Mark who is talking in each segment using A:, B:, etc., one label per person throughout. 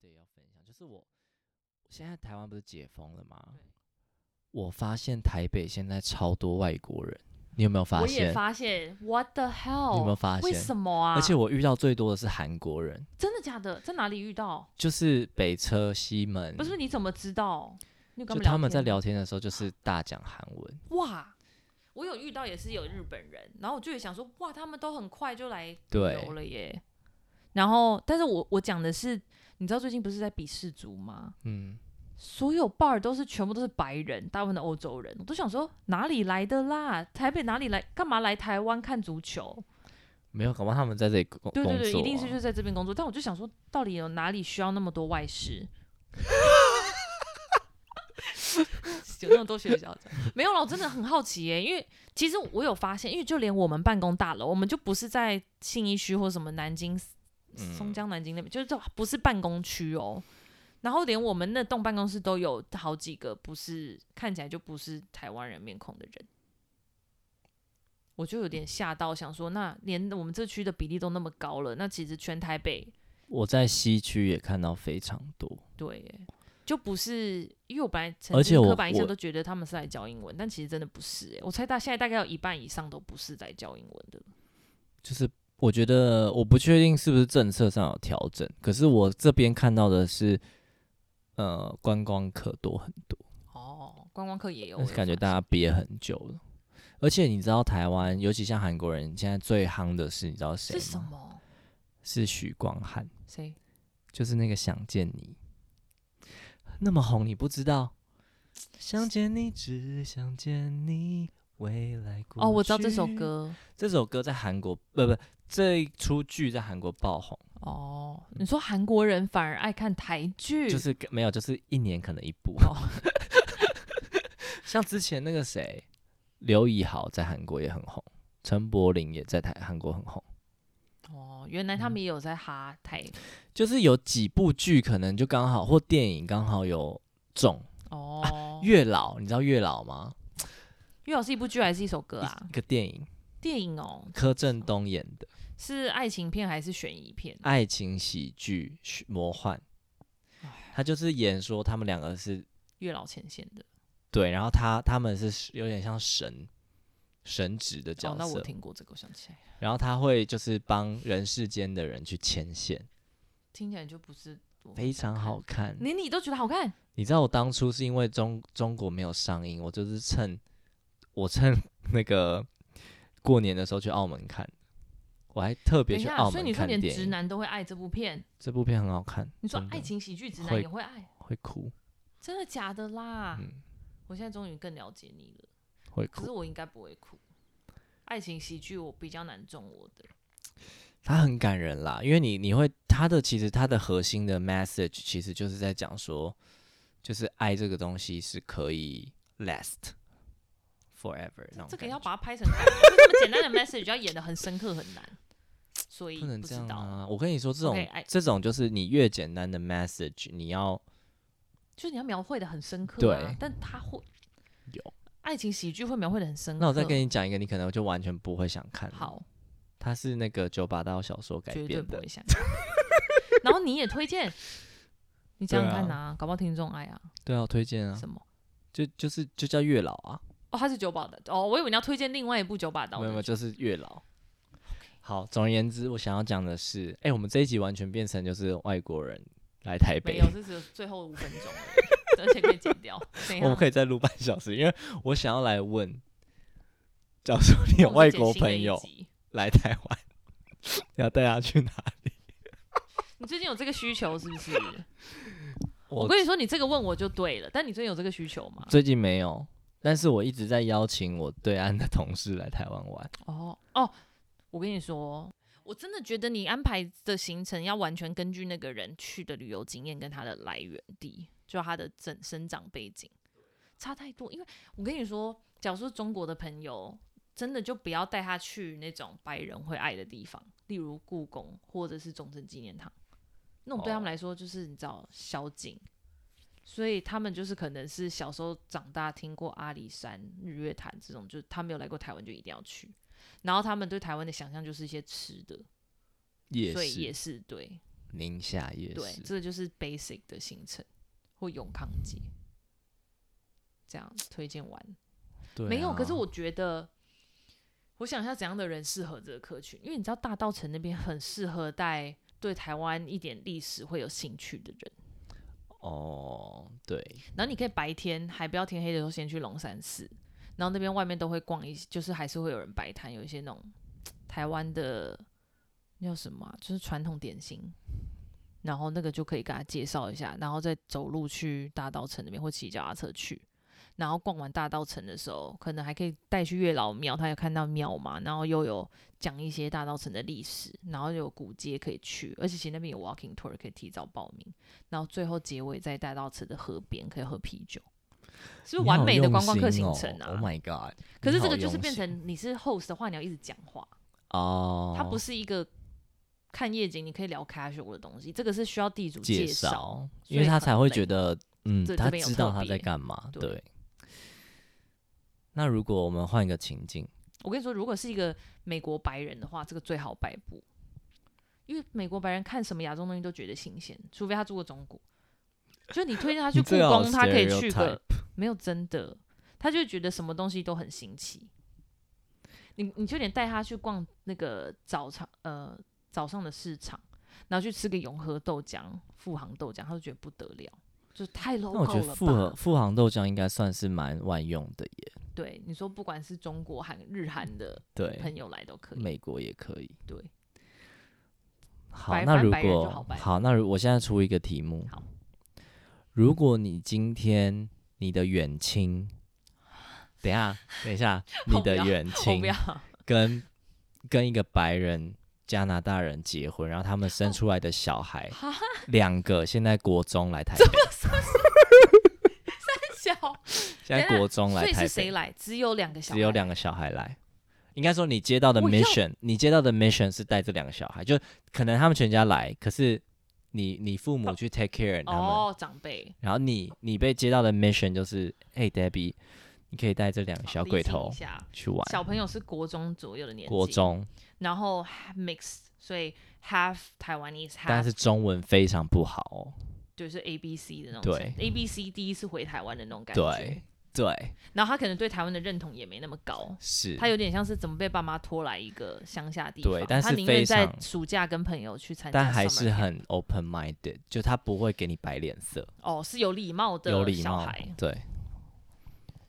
A: 对要分享，就是我现在台湾不是解封了吗？
B: 对
A: 我发现台北现在超多外国人，你有没有发
B: 我也
A: 现？
B: 发现，What the
A: 你
B: hell？
A: 有没有发现？
B: 为什么啊？
A: 而且我遇到最多的是韩国人，
B: 真的假的？在哪里遇到？
A: 就是北车西门，
B: 不是你怎么知道？你有
A: 嗯
B: 跟
A: 就他
B: 们
A: 们在
B: 天啊
A: 聊天的时候就是大讲韩文，
B: 哇。我有遇到也是有日本人，然后我就也想说，哇，他们都很快就来
A: 对
B: 游，了耶。然后，但是我我讲的是，你知道最近不是在比氏族吗？
A: 嗯，
B: 所有 bar 都是全部都是白人，大部分的欧洲人，我都想说哪里来的啦？台北哪里来？干嘛来台湾看足球？
A: 没有，搞不好他们在这里工
B: 对对
A: 工
B: 对，
A: 作
B: 一定是
A: 啊
B: 就在这边工作。但我就想说，到底有哪里需要那么多外事？ 有那么多学校这样没有了，我真的很好奇耶、因为其实我有发现，因为就连我们办公大楼，我们就不是在信义区或什么南京、
A: 嗯
B: 松江、南京那边，就是这不是办公区哦。然后连我们那栋办公室都有好几个不是看起来就不是台湾人面孔的人，我就有点吓到，想说那连我们这区的比例都那么高了，那其实全台北
A: 我在西区也看到非常多，
B: 对耶，就不是因为我本来曾
A: 而且
B: 经
A: 我
B: 刻板印
A: 我
B: 象都觉得他们是来教英文，但其实真的不是耶。我猜大现在大概有一半以上都不是来教英文的。
A: 就是我觉得我不确定是不是政策上有调整，可是我这边看到的是，呃，观光客多很多，
B: 哦，观光客也有
A: 但是，感觉大
B: 家
A: 家憋很久了。而且你知道台湾，尤其像韩国人，现在最夯的是你知道谁
B: 是什
A: 吗？
B: 么？
A: 是许光汉，
B: 谁？
A: 就是那个《想见你》，那么红，你不知道？想见你，只想见你，未来过
B: 哦，我知道这首
A: 去
B: 歌。
A: 这首歌在韩国不不，这一出剧在韩国爆红，
B: 哦，你说韩国人反而爱看台剧，
A: 就是没有，就是一年可能一部。
B: 嗯哦
A: 像之前那个谁，刘以豪在韩国也很红，陈柏霖也在台韩国很红，
B: 哦，原来他
A: 嗯
B: 们也有在哈台
A: 就是有几部剧可能就刚好或电影刚好有中。
B: 哦。
A: 啊月老，你知道月老吗？
B: 月老是一部剧还是一首歌
A: 一
B: 啊
A: 一？个电影，
B: 电影哦，
A: 柯震东演的
B: 是爱情片还是悬疑片？
A: 爱情喜剧虚魔幻，他就是演说他们两个是
B: 月老前线的
A: 对，然后他他们是有点像神神职的角
B: 哦，那
A: 色，
B: 我听过这个，我想起来了，
A: 然后他会就是帮人世间的人去牵线，
B: 听起来就不是我
A: 非
B: 想
A: 常
B: 看
A: 好看。
B: 连你都觉得好看，
A: 你知道我当初是因为中中国没有上映，我就是趁我趁那个过年的时候去澳门看，我还特别
B: 等一
A: 去
B: 下，
A: 澳
B: 所以
A: 门
B: 你说
A: 看
B: 连
A: 电
B: 直
A: 影。
B: 男都会爱这部片？
A: 这部片很好看，
B: 你说
A: 真的
B: 爱情喜剧直男
A: 会
B: 也会爱？
A: 会哭，
B: 真的假的啦？
A: 嗯，
B: 我现在终于更了解你了，
A: 会
B: 可是
A: 哭。
B: 我应该不会哭。爱情喜剧我比较难中我的，
A: 它很感人啦，因为你你会它的其实它的核心的 message 其实就是在讲说，就是爱这个东西是可以 last forever 那种
B: 这个
A: 感
B: 要
A: 觉
B: 把它拍成感人，就这么简单的 message 要演的很深刻很难，所以
A: 不能这
B: 知
A: 样
B: 道、
A: 啊！我跟你说，这种
B: OK，哎
A: 这种就是你越简单的 message，你要
B: 就是你要描绘的很深刻、啊，
A: 对
B: 但他会
A: 有。
B: 爱情喜剧会描绘的很深刻。
A: 那我再跟你讲一个，你可能就完全不会想看。，
B: 嗯好，
A: 它是那个九把刀小说改
B: 绝对
A: 编
B: 不
A: 的
B: 会，想看。然后你也推荐，你想想看
A: 对
B: 啊，搞不好听众爱啊，
A: 对啊，我推荐啊，
B: 什么？
A: 就就是就叫月老啊，
B: 哦，他是九把的哦，我以为你要推荐另外一部九把刀
A: 没
B: 的
A: 有没有，就是月老。好，总而言之，我想要讲的是，哎、我们这一集完全变成就是外国人来台
B: 没
A: 北
B: 有，，这只有最后五分钟而已， 而且可以剪掉。怎
A: 我们
B: 样
A: 可以再录半小时，因为我想要来问，假如说你有
B: 那我
A: 外
B: 们就
A: 国
B: 剪新的
A: 朋
B: 一
A: 友
B: 集
A: 来台湾， 你要带他去哪里？
B: 你最近有这个需求是不是？
A: 我
B: 我跟你说，你这个问我就对了，但你最近有这个需求吗？
A: 最近没有，但是我一直在邀请我对岸的同事来台湾玩。
B: 哦哦，我跟你说，我真的觉得你安排的行程要完全根据那个人去的旅游经验跟他的来源地，就他的整生长背景差太多。因为我跟你说，假如说中国的朋友，真的就不要带他去那种白人会爱的地方，例如故宫或者是中正纪念堂，那种对他们
A: 哦
B: 来说就是你知道宵禁。所以他们就是可能是小时候长大听过阿里山、日月潭这种，就是他没有来过台湾就一定要去。然后他们对台湾的想象就是一些吃的，
A: 夜
B: 所以
A: 市，
B: 也是对。
A: 宁夏夜
B: 对，
A: 市，
B: 这个就是 basic 的行程或永康街，这样推荐完。
A: 对
B: 没有，可是
A: 啊
B: 我觉得，我想一下怎样的人适合这个客群，因为你知道大稻城那边很适合带对台湾一点历史会有兴趣的人。
A: 哦，对，
B: 然后你可以白天还不要天黑的时候先去龙山寺，然后那边外面都会逛一些，就是还是会有人摆摊，有一些那种台湾的那叫什么啊、就是传统点心。然后那个就可以给他介绍一下，然后再走路去大稻城那边，或骑脚踏车去。然后逛完大稻城的时候，可能还可以带去月老庙，他有看到庙嘛，然后又有讲一些大稻城的历史，然后又有古街可以去，而且其实那边有 walking tour 可以提早报名。然后最后结尾再带到吃的河边，可以喝啤酒，是不是
A: 你
B: 完
A: 好
B: 美的
A: 用
B: 观光客
A: 心
B: 行
A: 哦
B: 程啊？
A: ！Oh my god！
B: 可
A: 你
B: 是这
A: 好
B: 个就是
A: 用
B: 变
A: 心
B: 成你是 host 的话，你要一直讲话，
A: 哦，
B: 它不是一个看夜景你可以聊 casual 的东西，这个是需要地主
A: 介
B: 绍。
A: 绍，
B: 所
A: 因为
B: 以
A: 他
B: 很
A: 才会
B: 累
A: 觉得，嗯，
B: 对这
A: 他
B: 边有
A: 知道
B: 特
A: 他在
B: 别
A: 干嘛。
B: 对
A: 对。那如果我们换一个情境，
B: 我跟你说，如果是一个美国白人的话，这个最好摆布，因为美国白人看什么亚洲东西都觉得新鲜，除非他住过中国。就你推荐他去
A: 你
B: 故
A: 这个好
B: 宫，他可以去
A: stereotype
B: 个没有真的，他就会觉得什么东西都很新奇。你你就连带他去逛那个早场呃早上的市场，然后去吃个永和豆浆、富航豆浆，他就觉得不得了，就太 low
A: 那我觉得
B: 了
A: 富
B: 吧
A: 和富航豆浆应该算是蛮万用的耶。
B: 对，你说不管是中国韩、日韩的哎
A: 对，
B: 朋友来都可以，
A: 美国也可以。
B: 对。
A: 好，
B: 白
A: 那
B: 反
A: 如
B: 白人就
A: 果
B: 好白
A: 那如我现在出一个题目
B: 好，
A: 如果你今天你的远亲，等一下，等一 下，你
B: 我不
A: 的
B: 要
A: 远
B: 我
A: 亲
B: 不要，
A: 跟跟一个白人加拿大人结婚，然后他们生出来的小孩
B: 哦哈
A: 两个，现在国中来台北，
B: 笑。
A: 现在
B: 等一下
A: 国中来
B: 所以
A: 台
B: 是谁
A: 北，
B: 来？只有两个小孩，
A: 只有两个小孩来。应该说，你接到的
B: 我要
A: mission，你接到的 mission 是带这两个小孩，就可能他们全家来，可是你你父母去 take care 他们，
B: 哦，长辈
A: 然后你你被接到的 mission 就是，哎、d e b b i e 你可以带这两个
B: 好
A: 小
B: 理
A: 鬼
B: 清
A: 头
B: 一下
A: 去玩
B: 小朋友是国中左右的年纪，
A: 国，中，
B: 然后 mix，所以 half Taiwanese，
A: 但
B: half
A: 是中文非常不好哦。
B: 就是 A B C 的那种
A: 对
B: 程度，A B C 第一次回台湾的那种感觉。
A: 对，对，
B: 然后他可能对台湾的认同也没那么高。
A: 是。
B: 他有点像是怎么被爸妈拖来一个乡下地方，
A: 对但
B: 他
A: 是
B: 宁愿
A: 非
B: 在
A: 常
B: 暑假跟朋友去参加 summer camp，
A: 但还是很 open minded，就他不会给你摆脸色，
B: 哦是有礼貌的
A: 有礼
B: 小
A: 貌
B: 孩，。
A: 对，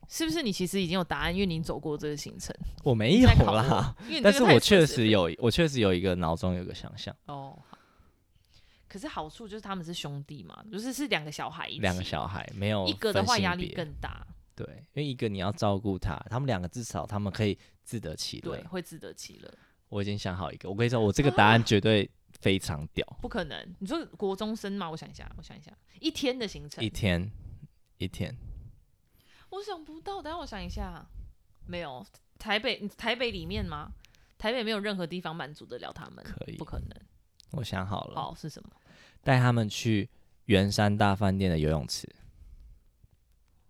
B: 是不是你其实已经有答案，因为你走过这个行程？
A: 我没有
B: 在考
A: 啦，
B: 我因为你
A: 但
B: 这
A: 是
B: 个太
A: 我确
B: specific
A: 实有，我确实有一个脑中有个想象，
B: 哦。好可是好处就是他们是兄弟嘛，就是是两个小孩一起，
A: 两个小孩没有
B: 一个的
A: 分
B: 话
A: 性
B: 压力
A: 别
B: 更大，
A: 对，因为一个你要照顾他，他们两个至少他们可以自得其
B: 对，
A: 乐。
B: 会自得其乐。
A: 我已经想好一个，我跟你
B: 啊
A: 说，我这个答案绝对非常屌，
B: 不可能，你说国中生嘛？我想一下，我想一下，一天的行程
A: 一，天一天，
B: 我想不到。等一下我想一下，没有台北，台北里面吗？台北没有任何地方满足得了他们，
A: 可以
B: 不可能。哦
A: 我想好了，
B: 好是什么？
A: 带他们去圆山大饭店的游泳池。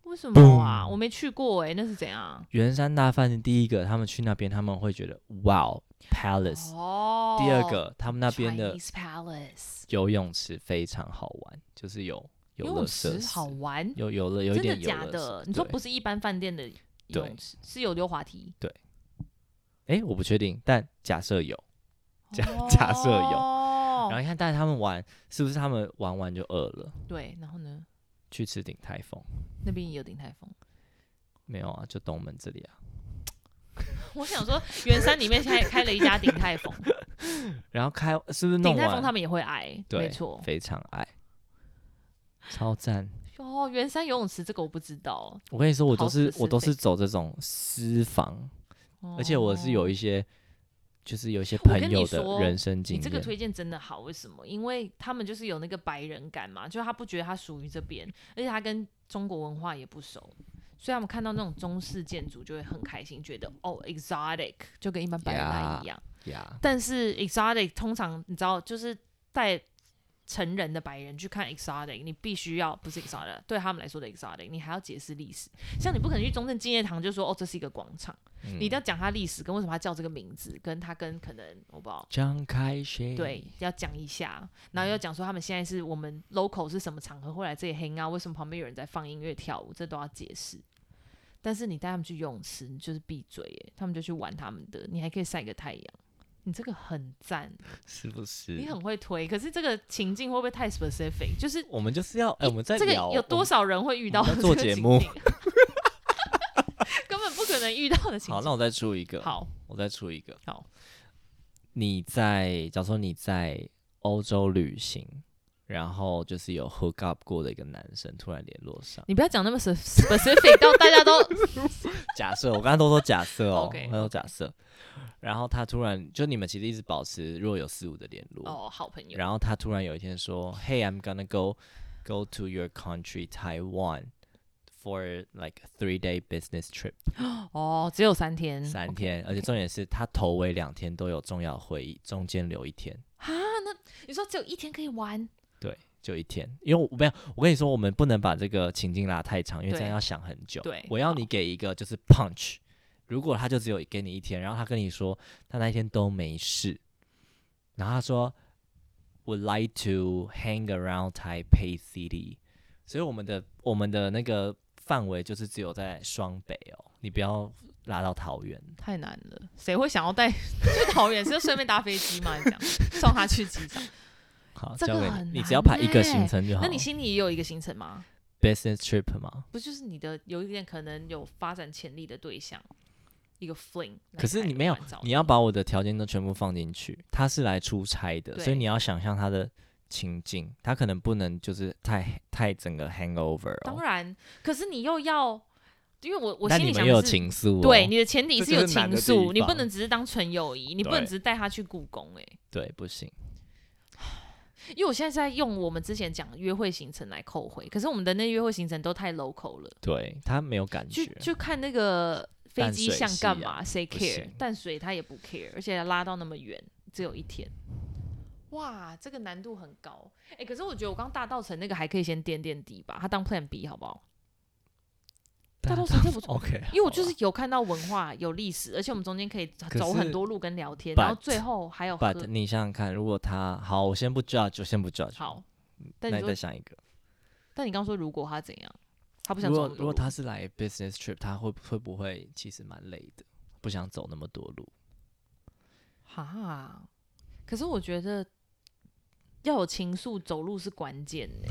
B: 为什么啊？我没去过哎、那是怎样？
A: 圆山大饭店第一个，他们去那边他们会觉得哇哦 palace，
B: 哦，
A: 第二个，他们那边的
B: Chinese Palace
A: 游泳池非常好玩，就是有游
B: 游
A: 乐
B: 泳
A: 设
B: 池
A: 施，
B: 好玩，
A: 有游乐，有一
B: 真的
A: 点游
B: 假
A: 乐设
B: 的
A: 施。？
B: 你说
A: 对
B: 不？是一般饭店的游
A: 对
B: 泳池，是有溜滑梯？
A: 哎，我不确定，但假设有， 假
B: 哦
A: 假设有，然后
B: 有，
A: 你看带他们玩，是不是他们玩完就饿了，
B: 对，然后呢，
A: 去吃鼎泰丰？
B: 那边也有鼎泰丰。
A: 没有啊，就东门这里啊。
B: 我想说，圆山里面开开了一家鼎泰丰，
A: 然后开是不是弄
B: 鼎泰丰
A: 完？
B: 他们也会挨，
A: 对，
B: 没错。
A: 非常爱，超赞。
B: 哦，圆山游泳池这个我不知道，
A: 我跟你说，我
B: 好
A: 都是我都是
B: specific
A: 走这种私房，
B: 哦
A: 而且我是有一些，就是有一些
B: 我
A: 朋
B: 跟你
A: 友的
B: 说
A: 人生经
B: 你这个
A: 验。
B: 推荐真的好，为什么？因为他们就是有那个白人感嘛，就他不觉得他属于这边，而且他跟中国文化也不熟，所以他们看到那种中式建筑就会很开心，觉得哦 exotic，就跟一般白人来一样。
A: 呀
B: 但是 exotic 通常你知道，就是带成人的白人去看 exotic，你必须要不是 exotic，对他们来说的 exotic，你还要解释历史。像你不可能去中正纪念堂就说哦，这是一个广场，
A: 嗯
B: 你一定要讲它历史跟为什么它叫这个名字，跟它跟可能我不知道。
A: 张开谁？
B: 对，要讲一下，然后要讲说他们现在是我们 local 是什么场合会来这里 hang out，为什么旁边有人在放音乐跳舞，这都要解释。但是你带他们去游泳池，你就是闭嘴耶，他们就去玩他们的，你还可以晒个太阳，你这个很赞，
A: 是不是？
B: 你很会推。可是这个情境会不会太 specific？就是
A: 我们就是要哎、我们在
B: 这个
A: 聊
B: 有多少人会遇到
A: 我们在
B: 这
A: 做
B: 个
A: 节
B: 情
A: 目
B: 境？ 根本不可能遇到的情
A: 好，
B: 境。
A: 那我再出一个，，
B: 好，
A: 我再出一个。
B: 好，
A: 你在假如说你在欧洲旅行，然后就是有 hook up 过的一个男生突然联络上，
B: 你不要讲那么 spe- specific 到大家都
A: 假设我刚刚都说假设哦，
B: OK，
A: 我都说假设，然后他突然就你们其实一直保持若有似无的联络，
B: 哦，好朋友。
A: 然后他突然有一天说，Hey, I'm gonna go go to your country Taiwan for like a three day business trip，、
B: 哦，只有三天，哦
A: 三天，而且重点是他头尾两天都有重要会议，中间留一天。
B: 啊？那你说只有一天可以玩？
A: 对，就一天，因为我没有，我跟你说，我们不能把这个情境拉太长，因为这样
B: 对
A: 要想很久。
B: 对
A: 我要你给一个就是 punch，如果他就只有给你一天，然后他跟你说他那一天都没事，然后他说 would like to hang around Taipei City，所以我们的我们的那个范围就是只有在双北哦，你不要拉到桃园。
B: 太难了，谁会想 要带去桃园？是顺便搭飞机吗？你讲送他去机 场，
A: 好，
B: 这
A: 交
B: 个
A: 给
B: 很
A: 你，你只要
B: 难
A: 排一个行
B: 欸
A: 程就好。
B: 那你心里也有一个行程吗？
A: business trip 吗？
B: 不就是你的有一点可能有发展潜力的对象，一个 fling 来开个玩笑。
A: 可是你没有，你要把我的条件都全部放进去。他是来出差的，所以
B: 对
A: 你要想象他的情境，他可能不能就是太太整个 hangover
B: 当
A: 哦。
B: 然，可是你又要，因为我我
A: 但
B: 心
A: 你
B: 里
A: 们
B: 想
A: 又有
B: 的是，
A: 情愫、哦，
B: 对你的前提
A: 这
B: 是
A: 就
B: 有
A: 是
B: 情
A: 难的地
B: 愫，你不
A: 方
B: 能只是当纯友谊，你不
A: 对
B: 能只是带他去故宫哎、欸
A: 对不行，
B: 因为我现在是在用我们之前讲的约会行程来扣回，可是我们的那约会行程都太 local 了，
A: 对他没有感觉
B: 去，去看那个飞机像干嘛？谁
A: 啊不
B: care？
A: 行
B: 淡水他也不 care，而且拉到那么远，只有一天。哇，这个难度很高。哎、可是我觉得我刚大道城那个还可以先垫垫底吧，他当 Plan B 好不好？大道城这不错。
A: OK，
B: 因为我就
A: 好
B: 是有看到文化有历史，而且我们中间可以
A: 是
B: 走很多路跟聊天，
A: but-
B: 然后最后还有
A: 吧
B: 喝
A: But 你想想看，如果他好，我先不 judge，我先不 judge。，
B: 好。但
A: 那
B: 你
A: 你再
B: 说，
A: 想一个。
B: 但你刚说如果他怎样，他不想
A: 如
B: 走那
A: 果
B: 么多
A: 如果
B: 路
A: 他是来 business trip，他会会不会其实蛮累的，不想走那么多路？
B: 哈，可是我觉得要有情愫，走路是关键呢。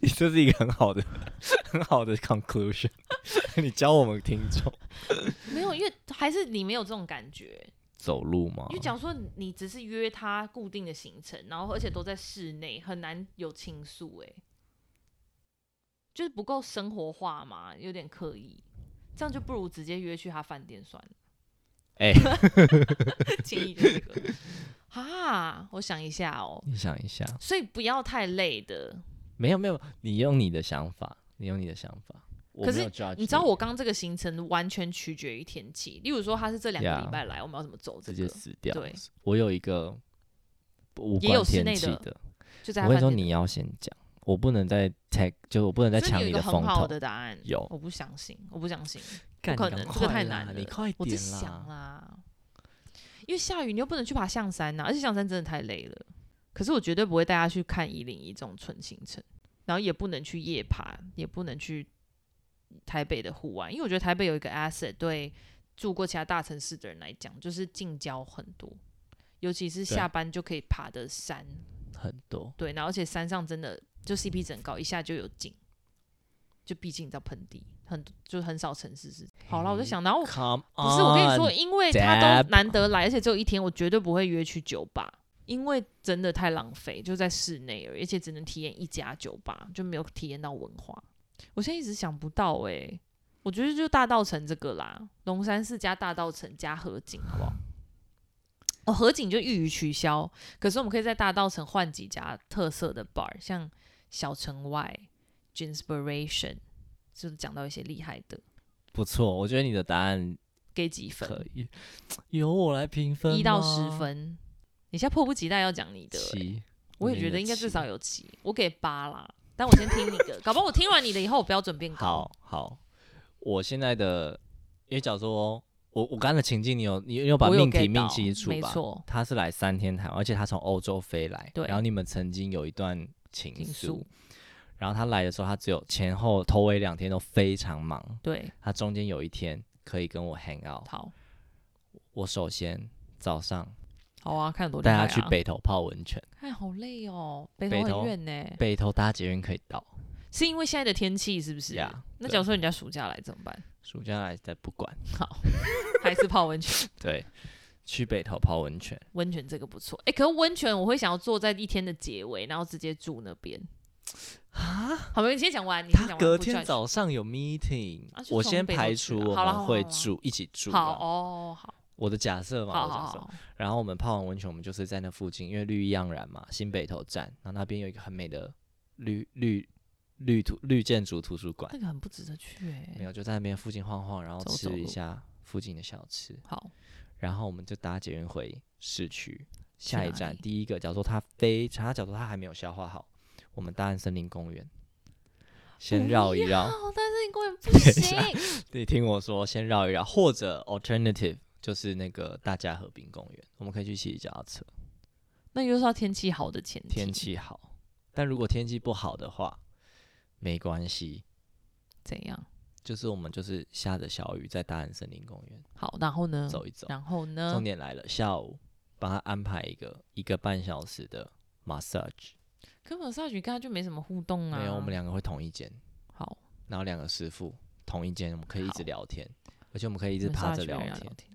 A: 你这是一个很好的、 很好的 conclusion。你 教我们听众
B: 没有，因为还是你没有这种感觉。
A: 走路吗
B: 因为讲说你只是约他固定的行程，然后而且都在室内，很难有情愫哎，就是不够生活化嘛，有点刻意。这样就不如直接约去他饭店算了。
A: 哎
B: 建议就是这个。哈，我想一下哦，
A: 你想一下，
B: 所以不要太累的，
A: 没有没有，你用你的想法，你用你的想法。我
B: 可是
A: 没有 judge
B: 你知道我刚这个行程完全取决于天气，例如说他是这两个
A: Yeah
B: 礼拜来，我们要怎么走这
A: 直
B: 个
A: 接，死掉。
B: 对，
A: 我有一个无
B: 也有
A: 关
B: 室
A: 天
B: 内
A: 气
B: 的
A: 的，
B: 就在
A: 我
B: 他
A: 跟
B: 饭
A: 你说
B: 店
A: 你要先讲，我不能再 take，就我不能再
B: 所以你
A: 抢
B: 有一
A: 的
B: 个
A: 风
B: 很好
A: 头。
B: 的答案，
A: 有
B: 我不相信，我不相信，
A: 干
B: 可
A: 你赶
B: 能这个
A: 快
B: 太
A: 啦
B: 难
A: 你
B: 了
A: 快
B: 我在
A: 点啦！
B: 想啦，因为下雨你又不能去爬象山呐、而且象山真的太累了。可是我绝对不会带他去看一零一这种纯行程，然后也不能去夜爬，也不能去台北的户外，因为我觉得台北有一个 asset 对住过其他大城市的人来讲，就是近郊很多，尤其是
A: 对
B: 下班就可以爬的山，
A: 很多
B: 对，然后而且山上真的就 CP 值很高，一下就有景，就毕竟你知道盆地很就很少城市是。好了，我就想，然后
A: ，Come on，
B: 哦不是我跟你说，
A: 哦
B: 因为他都
A: Deb
B: 难得来，而且只有一天，我绝对不会约去酒吧，因为真的太浪费，就在室内而已，而且只能体验一家酒吧，就没有体验到文化。我现在一直想不到哎、我觉得就大道城这个啦，龙山寺加大道城加河景，好不好？哦，河景就予以取消，可是我们可以在大道城换几家特色的 bar，像小城外、Inspiration，就是讲到一些厉害的，
A: 不错，我觉得你的答案
B: 给几分？
A: 可以，由我来评分，
B: 一到十。分。你现在迫不及待要讲你的欸、
A: 七，
B: 我也
A: 给
B: 觉
A: 你
B: 得
A: 个
B: 应该至
A: 七
B: 少有七，我给八啦。但我先听你的，搞不好我听完你的以后，我标准变高。
A: 好好，我现在的，因为假如说我我刚才的情境，你有你有把
B: 我有
A: 命题
B: get
A: 命
B: 到
A: 清楚
B: 没
A: 吧？
B: 错
A: 他是来三天台湾，而且他从欧洲飞来，
B: 对
A: 然后你们曾经有一段情
B: 情
A: 愫
B: 愫，
A: 然后他来的时候，他只有前后头尾两天都非常忙，
B: 对，
A: 他中间有一天可以跟我 hang out。
B: 好，
A: 我首先早上
B: 好啊，看有多厉
A: 带
B: 害
A: 他
B: 啊！
A: 去北投泡温泉，
B: 哎，好累哦，北
A: 北
B: 头
A: 投
B: 很远呢，
A: 北投搭捷运可以到，
B: 是因为现在的天气是不是
A: 呀
B: 那
A: 对
B: 假如说人家暑假来怎么办？
A: 暑假来再不管。
B: 还是泡温泉？
A: 对，去北投泡温泉，
B: 温泉这个不错，哎、可是温泉我会想要坐在一天的结尾，然后直接住那边啊。好，没关系你先讲完，你先
A: 他
B: 讲完。
A: 隔
B: 不
A: 天
B: judge
A: 早上有 meeting，、
B: 啊就
A: 我
B: 从
A: 先
B: 北投
A: 排除
B: 去啊
A: 我
B: 好啦好
A: 们
B: 啦
A: 会
B: 好啦
A: 住一起住
B: 好
A: 啊，
B: 哦，好，
A: 我的假设嘛，
B: 好
A: 我的
B: 好
A: 假设。
B: 好，
A: 然后我们泡完温泉，我们就是在那附近，因为绿意盎然嘛，新北投站，然后那边有一个很美的绿绿绿图绿建筑图书馆，
B: 那个很不值得去哎、
A: 没有就在那边附近晃晃，然后
B: 走走
A: 吃一
B: 路
A: 下附近的小吃，
B: 好，
A: 然后我们就搭捷运回市区。下
B: 哪
A: 一站
B: 里
A: 第一个，假如说他非常，他假如说他还没有消化好，我们大安森林公园先绕一绕。
B: 哦，但是你公园不 行，
A: 你听我说，先绕一绕，或者 alternative 就是那个大家河滨公园，我们可以去骑脚踏车，
B: 那就是要天气好的前提。
A: 天气好。但如果天气不好的话，没关系，
B: 怎样？
A: 就是我们就是下着小雨在大安森林公园
B: 好，然后呢？
A: 走一走。
B: 然后呢
A: 重？点来了，下午帮他安排一个一个半小时的 massage，、
B: 根本少女跟他就没什么互动啊。
A: 没有，我们两个会同一间，
B: 好，
A: 然后两个师傅同一间，我们可以一直
B: 好
A: 聊天，而且我们可以一
B: 一
A: 直趴着聊
B: 天。
A: 天。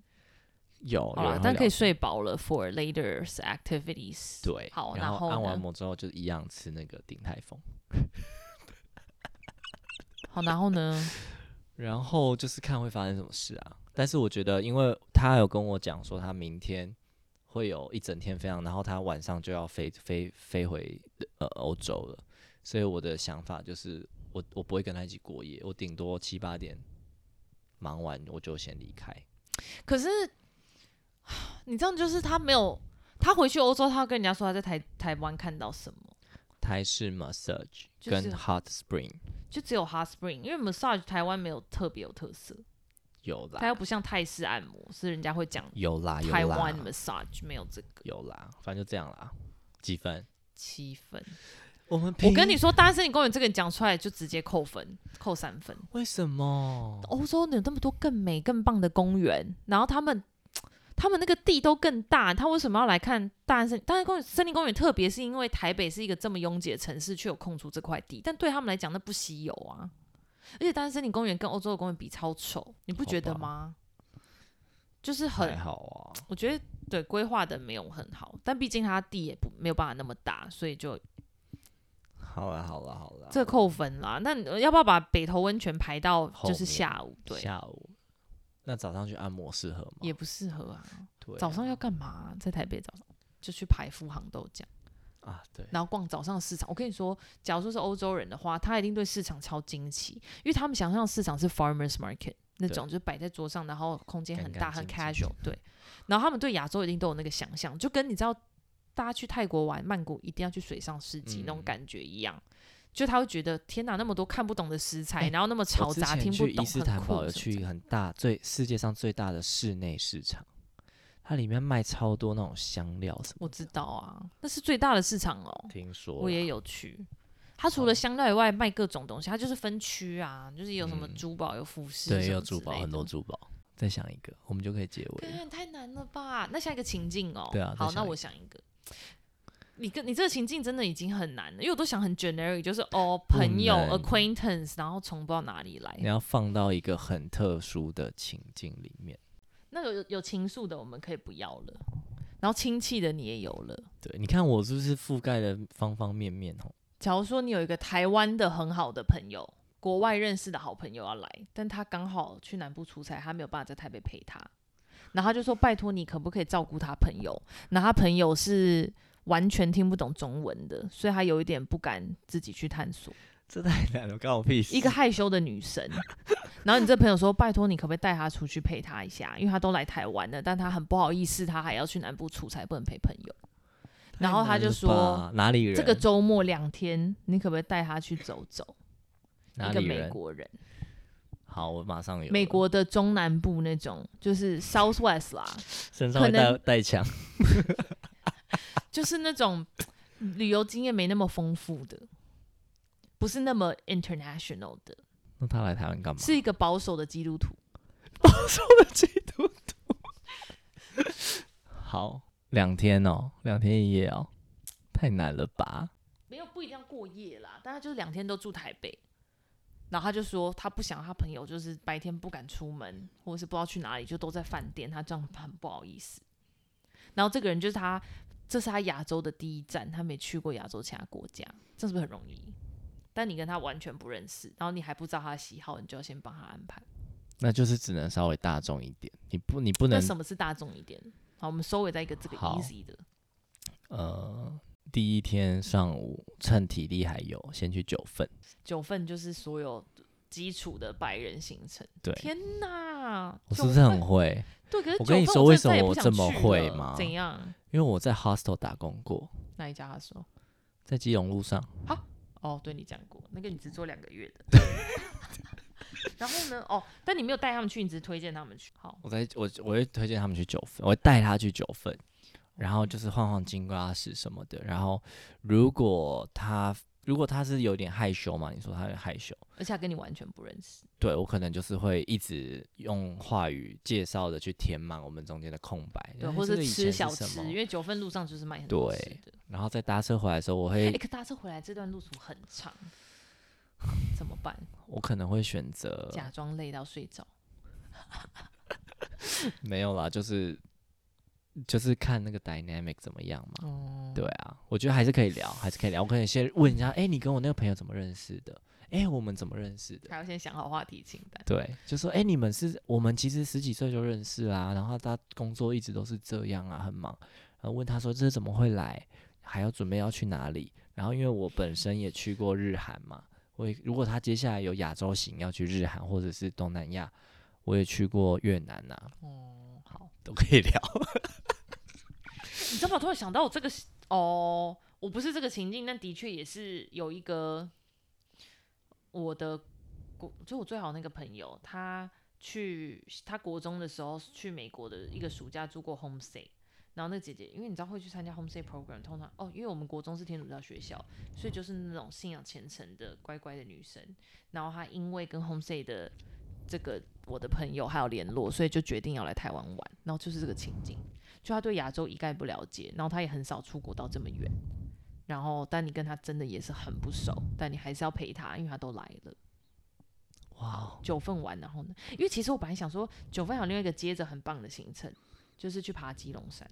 A: 有，
B: 好
A: 有
B: 啦
A: 人，会
B: 但
A: 聊
B: 可以
A: 天
B: 睡饱了 for later's activities。
A: 对，
B: 好，
A: 然
B: 后
A: 按完
B: 呢
A: 摩之后就一样吃那个鼎泰丰，
B: 好，然后呢？
A: 然后就是看会发生什么事啊。但是我觉得，因为他有跟我讲说，他明天会有一整天飞航，然后他晚上就要飞飞飞回呃欧洲了，所以我的想法就是我，我不会跟他一起过夜，我顶多七八点忙完我就先离开。
B: 可是 你这样就是他没有，他回去欧洲，他要跟人家说他在台台湾看到什么，
A: 台式 massage
B: 就
A: 跟
B: 是
A: hot spring
B: 就只有 hot spring，因为 massage 台湾没有特别有特色，
A: 有
B: 它又
A: 啦，
B: 不像泰式按摩，是人家会讲
A: 有啦，啊有
B: 台湾
A: 啦，
B: massage 没有这个
A: 有啦，反正就这样啦。几分？
B: 气氛。
A: 我们
B: 我跟
A: 平
B: 你说，大森林公园这个你讲出来就直接扣分，扣三分。
A: 为什么？
B: 欧洲有那么多更美、更棒的公园，然后他们他们那个地都更大，他为什么要来看大安森林？大安公园森林公园，特别是因为台北是一个这么拥挤的城市，却有空出这块地，但对他们来讲那不稀有啊。而且大安森林公园跟欧洲的公园比超丑，你不觉得
A: 好吧
B: 吗？就是
A: 还
B: 很，
A: 好啊，
B: 我觉得对规划的没有很好，但毕竟它地也不没有办法那么大，所以就
A: 好啦，好啦，好啦。
B: 这扣分啦。那你要不要把北投温泉排到
A: 后
B: 就是
A: 面
B: 下午？对，
A: 下午，那早上去按摩适合吗？
B: 也不适合啊。
A: 对啊
B: 早上要干嘛、在台北早上就去排富航豆浆，
A: 啊，对，
B: 然后逛早上市场。我跟你说，假如说是欧洲人的话，他一定对市场超惊奇，因为他们想象的市场是 farmers market 那种，就是摆在桌上，然后空间很
A: 干
B: 大，
A: 干
B: 很
A: 净净
B: casual。对，然后他们对亚洲一定都有那个想象，就跟你知道大家去泰国玩曼谷一定要去水上市集、那种
A: 嗯
B: 感觉一样。就他会觉得天哪，那么多看不懂的食材，
A: 哎
B: 然后那么
A: 我
B: 嘈
A: 之
B: 杂，
A: 前
B: 听不
A: 去伊
B: 懂，
A: 斯
B: 很
A: 坦
B: 酷
A: 堡有
B: 什么
A: 去一
B: 之
A: 个
B: 类
A: 很大，最世界上最大的室内市场，它里面卖超多那种香料什么。
B: 我知道啊，那是最大的市场哦。
A: 听说
B: 我也
A: 有，
B: 有去。它除
A: 好
B: 了香料以外，卖各种东西，它就是分区啊，就是有什么
A: 嗯
B: 珠宝、有服饰，
A: 对，有珠宝，很多。珠宝。再想一个，我们就可以结尾了。
B: 看，太难了吧？那下一个情境哦。
A: 对啊再
B: 好，那
A: 想一
B: 我想一个。你跟你这个情境真的已经很难了，因为我都想很 generic，就是哦，
A: 不
B: 朋友
A: 能
B: acquaintance，然后从不知道哪里来
A: 你。要放到一个很特殊的情境里面，
B: 那有有情愫的我们可以不要了，然后亲戚的你也有了。
A: 对，你看我是不是覆盖了方方面面哦？
B: 假如说你有一个台湾的很好的朋友，国外认识的好朋友要来，但他刚好去南部出差，他没有办法在台北陪他，然后他就说：“拜托你可不可以照顾他朋友？”然后他朋友是完全听不懂中文的，所以他有一点不敢自己去 探索，
A: 这太难了，关我屁事。
B: 一个害羞的女生。然后你这朋友说：“拜托你可不可以带他出去陪他一下？因为他都来台湾了，但他很不好意思，他还要去南部出差，不能陪朋友。”然后他就
A: 太难了吧哪里人，
B: 这个周末两天，你可不可以带他去走走？
A: 哪
B: 一个
A: 里
B: 美
A: 人，
B: 国人，
A: 好，我马上有了
B: 美国的中南部那种，就是 Southwest 啦，
A: 身上会
B: 可能
A: 带带枪，
B: 就是那种旅游经验没那么丰富的，不是那么 international 的，
A: 那他来台湾干嘛？
B: 是一个保守的基督徒。
A: 保守的基督徒。好，两天哦，两天一夜哦，太难了吧？
B: 没有不一定要过夜啦，但他就是两天都住台北。然后他就说，他不想他朋友就是白天不敢出门，或者是不知道去哪里，就都在饭店，他这样很不好意思。然后这个人就是他，这是他亚洲的第一站，他没去过亚洲其他国家，这是不是很容易？但你跟他完全不认识，然后你还不知道他的喜好，你就要先帮他安排。
A: 那就是只能稍微大众一点，你不，你不
B: 那
A: 能
B: 什么是大众一点？好，我们收尾在一个这个
A: 好
B: easy 的。
A: 呃，第一天上午趁体力还有，先去九份，
B: 九份就是所有基础的白人行程。
A: 对
B: 天哪，
A: 我是不
B: 九
A: 是
B: 份
A: 很会？
B: 对，可是
A: 我跟
B: 九
A: 你
B: 份
A: 说
B: 我
A: 为
B: 真
A: 什
B: 的再也
A: 么
B: 不
A: 我
B: 想
A: 这么
B: 去
A: 会
B: 了
A: 吗
B: 怎样？
A: 因为我在 hostel 打工过，
B: 那一家 hostel？
A: 在基隆路上，
B: 哦，对你讲过，那个你只做两个月的。 然后呢？哦，但你没有带他们去，你只是推荐他们去。好，
A: 我在我我会推荐他们去九份，我会带他去九份，然后就是晃晃金瓜石什么的。然后如果他如果他是有点害羞嘛，你说他有点害羞，
B: 而且他跟你完全不认识。
A: 对我可能就是会一直用话语介绍的去填满我们中间的空白，
B: 对，
A: 哎
B: 或
A: 这个以前
B: 吃
A: 是
B: 小
A: 什
B: 吃，
A: 么
B: 因为九份路上就是卖很多吃的。
A: 然后在搭车回来的时候，我会
B: 哎，可搭车回来这段路途很长，怎么办？
A: 我可能会选择
B: 假装累到睡着。
A: 没有啦，就是就是看那个 dynamic 怎么样嘛。
B: 哦，
A: 对啊，我觉得还是可以聊，还是可以聊。我可以先问一下，哎、你跟我那个朋友怎么认识的？哎、我们怎么认识的？
B: 还要先想好话题清单。
A: 对，就说哎、诶你们是我们其实十几岁就认识啦、然后他工作一直都是这样啊，很忙。然后问他说这是怎么会来，还要准备要去哪里？然后因为我本身也去过日韩嘛，我也如果他接下来有亚洲行要去日韩或者是东南亚，我也去过越南呐、
B: 哦，好。
A: 都可以聊。
B: 你知道吗？我突然想到，我这个哦，我不是这个情境，但的确也是有一个我的国，就我最好那个朋友，他去他国中的时候去美国的一个暑假住过 homestay。然后那个姐姐，因为你知道会去参加 homestay program，通常哦，因为我们国中是天主教学校，所以就是那种信仰虔诚的乖乖的女生。然后她因为跟 homestay 的这个我的朋友还有联络，所以就决定要来台湾玩。然后就是这个情景，就他对亚洲一概不了解，然后他也很少出国到这么远。然后，但你跟他真的也是很不熟，但你还是要陪他，因为他都来了。
A: 哇哦，
B: 九份玩，然后呢？因为其实我本来想说，九份还有另外一个接着很棒的行程，就是去爬基隆山。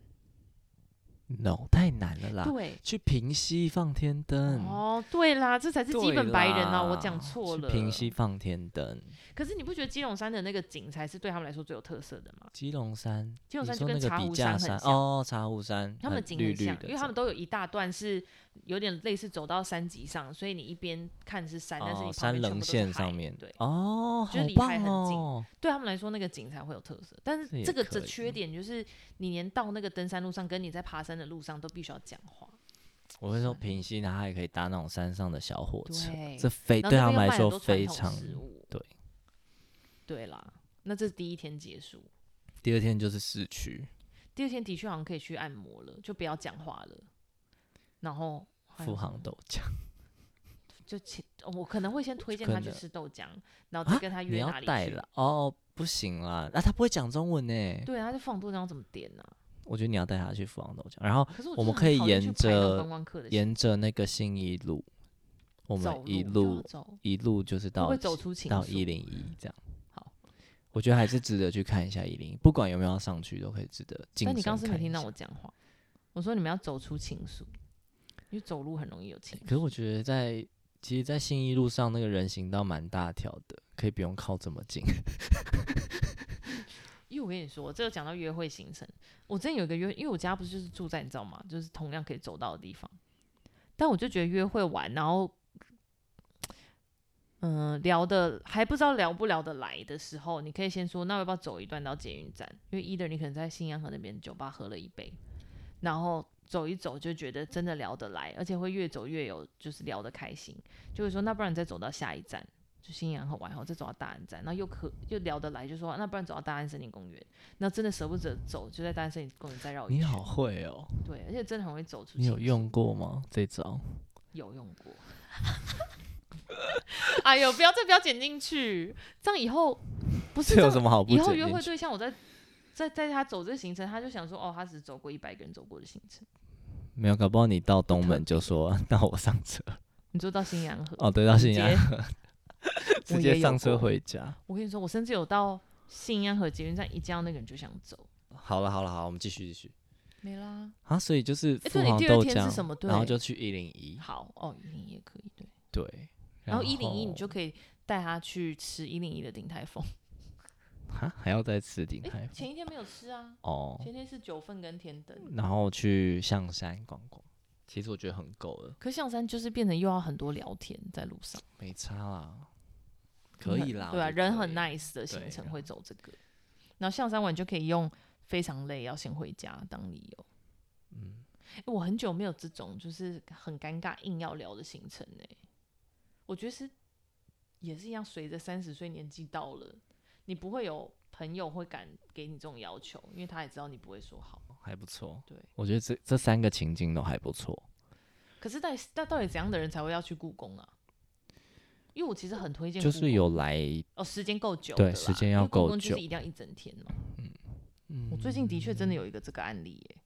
A: ，no，太难了啦！
B: 对，
A: 去平溪放天灯，
B: 哦，对啦，这才是基本
A: 对
B: 白人啊，
A: 啦
B: 我讲错了。
A: 去平溪。放天灯，
B: 可是你不觉得基隆山的那个景才是对他们来说最有特色的吗？
A: 基隆山，
B: 基隆山
A: 你
B: 就
A: 说
B: 跟
A: 那个
B: 茶
A: 笔
B: 壶
A: 架
B: 山很
A: 山
B: 像
A: 哦，茶壶山，
B: 他们
A: 很
B: 景
A: 绿
B: 很
A: 绿
B: 像，
A: 的，
B: 因为他们都有一大段是有点类似走到山脊上，所以你一边看是山，但是你
A: 哦
B: 旁
A: 山
B: 边全
A: 棱
B: 部都是
A: 线
B: 海
A: 上面，
B: 对，
A: 哦，
B: 就是
A: 好
B: 离海
A: 棒
B: 很近
A: 哦，
B: 对他们来说那个景才会有特色。但
A: 这
B: 是
A: 也
B: 这个
A: 可
B: 的
A: 以
B: 缺点就是，你连到那个登山路上，跟你在爬山的路上都必须要讲话，
A: 我会说
B: 山
A: 平溪，然后还可以搭那种山上的小火车，
B: 对
A: 这非
B: 然后
A: 对
B: 那
A: 他
B: 边
A: 们来
B: 又卖很
A: 说
B: 多传
A: 非
B: 统
A: 常。
B: 食物，
A: 对，
B: 对啦。那这是第一天结束，
A: 第二天就是市区，
B: 第二天的确好像可以去按摩了，就不要讲话了。然后
A: 富
B: 还有什么
A: 航豆浆，
B: 就请哦我可能会先推荐
A: 可
B: 他去
A: 能
B: 吃豆浆，然后再
A: 啊
B: 跟他
A: 你
B: 约
A: 要
B: 哪里
A: 带
B: 去。
A: 了哦，不行啦，啊那他不会讲中文呢，
B: 对啊，他就放豆浆怎么点呢、
A: 我觉得你要带他去富航豆浆，然后
B: 可是我
A: 我
B: 真的
A: 们
B: 很
A: 可以
B: 讨厌去
A: 沿
B: 排那种
A: 着
B: 观光客的
A: 沿着那个信义路，我
B: 我
A: 们一
B: 路
A: 路
B: 就要走，
A: 一路就是
B: 会不
A: 到
B: 会走出情
A: 到
B: 愫
A: 一零一这样。
B: 好，
A: 我觉得还是值得去看一下一零一，不管有没有要上去，都可以值得进。
B: 但你刚刚是没听到
A: 我，
B: 我讲话，我说你们要走出情愫，因为走路很容易有情
A: 可是
B: 愫。
A: 我觉得在其实，在信义路上那个人行道蛮大条的，可以不用靠这么近。
B: 因为我跟你说，这有讲到约会行程，我之前有一个约，因为我家不是就是住在你知道吗？就是同样可以走到的地方，但我就觉得约会完，然后。嗯，聊的还不知道聊不聊得来的时候，你可以先说，那要不要走一段到捷运站？因为 either 你可能在新阳河那边酒吧喝了一杯，然后走一走就觉得真的聊得来，而且会越走越有就是聊得开心，就会说那不然你再走到下一站。就新阳和玩后再走到大安站，然后又可又聊得来，就说啊那不然走到大安森林公园，那真的舍不得走，就在大安森林公园再绕一
A: 你
B: 圈。
A: 好会哦，
B: 对，而且真的很会走出去。
A: 你有用过吗？这招？
B: 有用 过。哎呦，不要再不要剪进去，这样以后不是
A: 这有
B: 这样
A: 什么好不
B: 以后
A: 剪
B: 约
A: 进
B: 会
A: 去
B: 对象，我在在带他走这个行程，他就想说，哦，他只走过一百个人走过的行程。
A: 没有，搞不好你到东门就 说，那我上车。
B: 你说到新阳河，
A: 哦，对，到信阳
B: 直接
A: 直
B: 我
A: 接
B: 也有
A: 上车
B: 过
A: 回家。
B: 我跟你说，我甚至有到信安河捷运站一见到那个人就想走，
A: 好了好了好，我们继续继续
B: 没啦。
A: 啊。所以就是
B: 诶
A: 富
B: 哎对你
A: 航
B: 第二
A: 豆
B: 天是什
A: 浆
B: 么，
A: 然后
B: 对
A: 就去一零一，
B: 好哦，一零一也可以对，
A: 对。
B: 然后一零一你就可以带他去吃一零一的鼎泰丰。
A: 啊还要再吃鼎泰
B: 哎，
A: 丰
B: 前一天没有吃啊，
A: 哦，
B: 前一天是九份跟天灯。
A: 然后去象山逛逛。其实我觉得很够了，
B: 可是象山就是变成又要很多聊天在路上，
A: 没差啦，可以啦。
B: 对啊，
A: 我觉得
B: 人
A: 可
B: 很
A: 以
B: nice 的
A: 对啊
B: 行程
A: 然
B: 会走这个，然后象山玩就可以用非常累要先回家当理由。
A: 嗯，
B: 诶我很久没有这种就是很尴尬硬要聊的行程呢、我觉得是也是一样，随着三十岁年纪到了，你不会有朋友会敢给你这种要求，因为他也知道你不会说好。
A: 还不错。
B: 对，
A: 我觉得这这三个情境都还不错。
B: 可是到底那到底怎样的人才会要去故宫啊？因为我其实很推荐故
A: 就
B: 宫，
A: 是有来，
B: 哦，时间够久的
A: 对
B: 啦，
A: 时间
B: 因
A: 要
B: 为故
A: 够
B: 宫就
A: 久
B: 是一定要一整天嘛。
A: 嗯
B: 我最近的确真的有一个这个案例耶，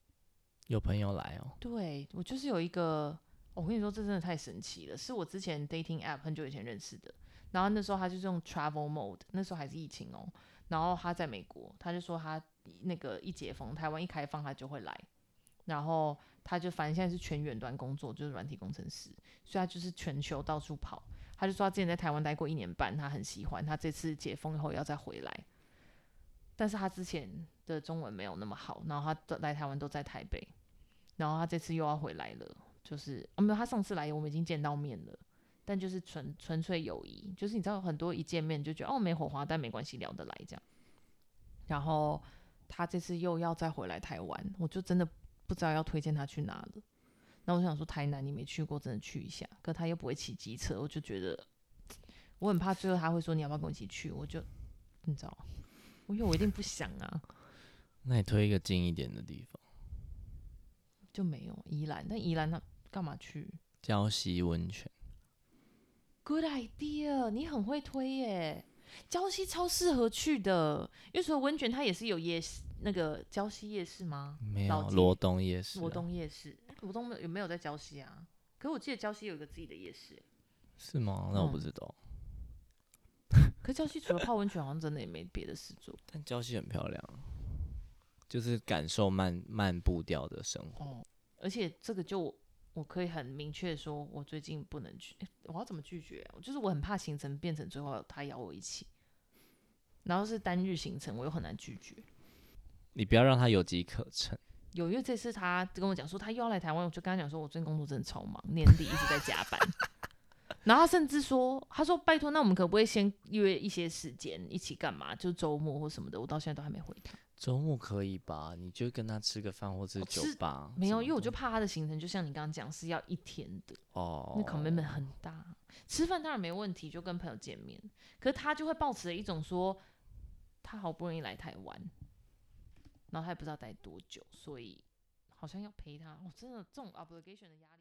A: 有朋友来哦，
B: 对我就是有一个，我跟你说这真的太神奇了，是我之前 dating app 很久以前认识的，然后那时候他就是用 travel mode，那时候还是疫情哦，然后他在美国，他就说他那个一解封，台湾一开放他就会来，然后他就反正现在是全远端工作，就是软体工程师，所以他就是全球到处跑。他就说他之前在台湾待过一年半，他很喜欢，他这次解封以后要再回来。但是他之前的中文没有那么好，然后他都来台湾都在台北，然后他这次又要回来了，就是啊没有，他上次来我们已经见到面了，但就是纯纯粹友谊，就是你知道很多一见面就觉得哦没火花，但没关系聊得来这样。然后他这次又要再回来台湾，我就真的不知道要推荐他去哪了。那我想说台南你没去过，真的去一下，可他又不会骑机车，我就觉得我很怕最后他会说你要不要跟我一起去，我就你知道，我有我一定不想啊。
A: 那你推一个近一点的地方，
B: 就没有宜兰，但宜兰他干嘛去
A: 礁溪温泉。
B: ？Good idea，你很会推耶。礁溪超适合去的，因为除了温泉，它也是有夜市，那个礁溪夜市吗？
A: 没
B: 老
A: 有
B: 街
A: 罗东夜市、啊，
B: 罗东夜市，罗东没有有没有在礁溪啊？可我记得礁溪有一个自己的夜市耶，
A: 是吗？那我不
B: 嗯
A: 知道，
B: 可礁溪除了泡温泉，好像真的也没别的事做。
A: 但礁溪很漂亮啊，就是感受慢慢步调的生活。
B: 哦，而且这个就我我可以很明确地说，我最近不能去，诶我要怎么拒绝啊、就是我很怕行程变成最后他邀我一起，然后是单日行程，我又很难拒绝。
A: 你不要让它有机可乘，
B: 有，因为这次他跟我讲说他又要来台湾，我就跟他讲说我最近工作真的超忙，年底一直在加班。 然后他甚至说，他说拜托，那我们可不可以先约一些时间一起干嘛？就周末或什么的，我到现在都还没回他。
A: 周末可以吧？你就跟他吃个饭，或是
B: 哦
A: 酒
B: 吃
A: 吧什么的。
B: 没有，因为我就怕他的行程，就像你刚刚讲是要一天的，
A: 哦，
B: 那 commitment 很大。吃饭当然没问题，就跟朋友见面。可是他就会抱持着一种说，他好不容易来台湾，哦然后他也不知道待多久，所以好像要陪他。我、真的这种 obligation 的压力。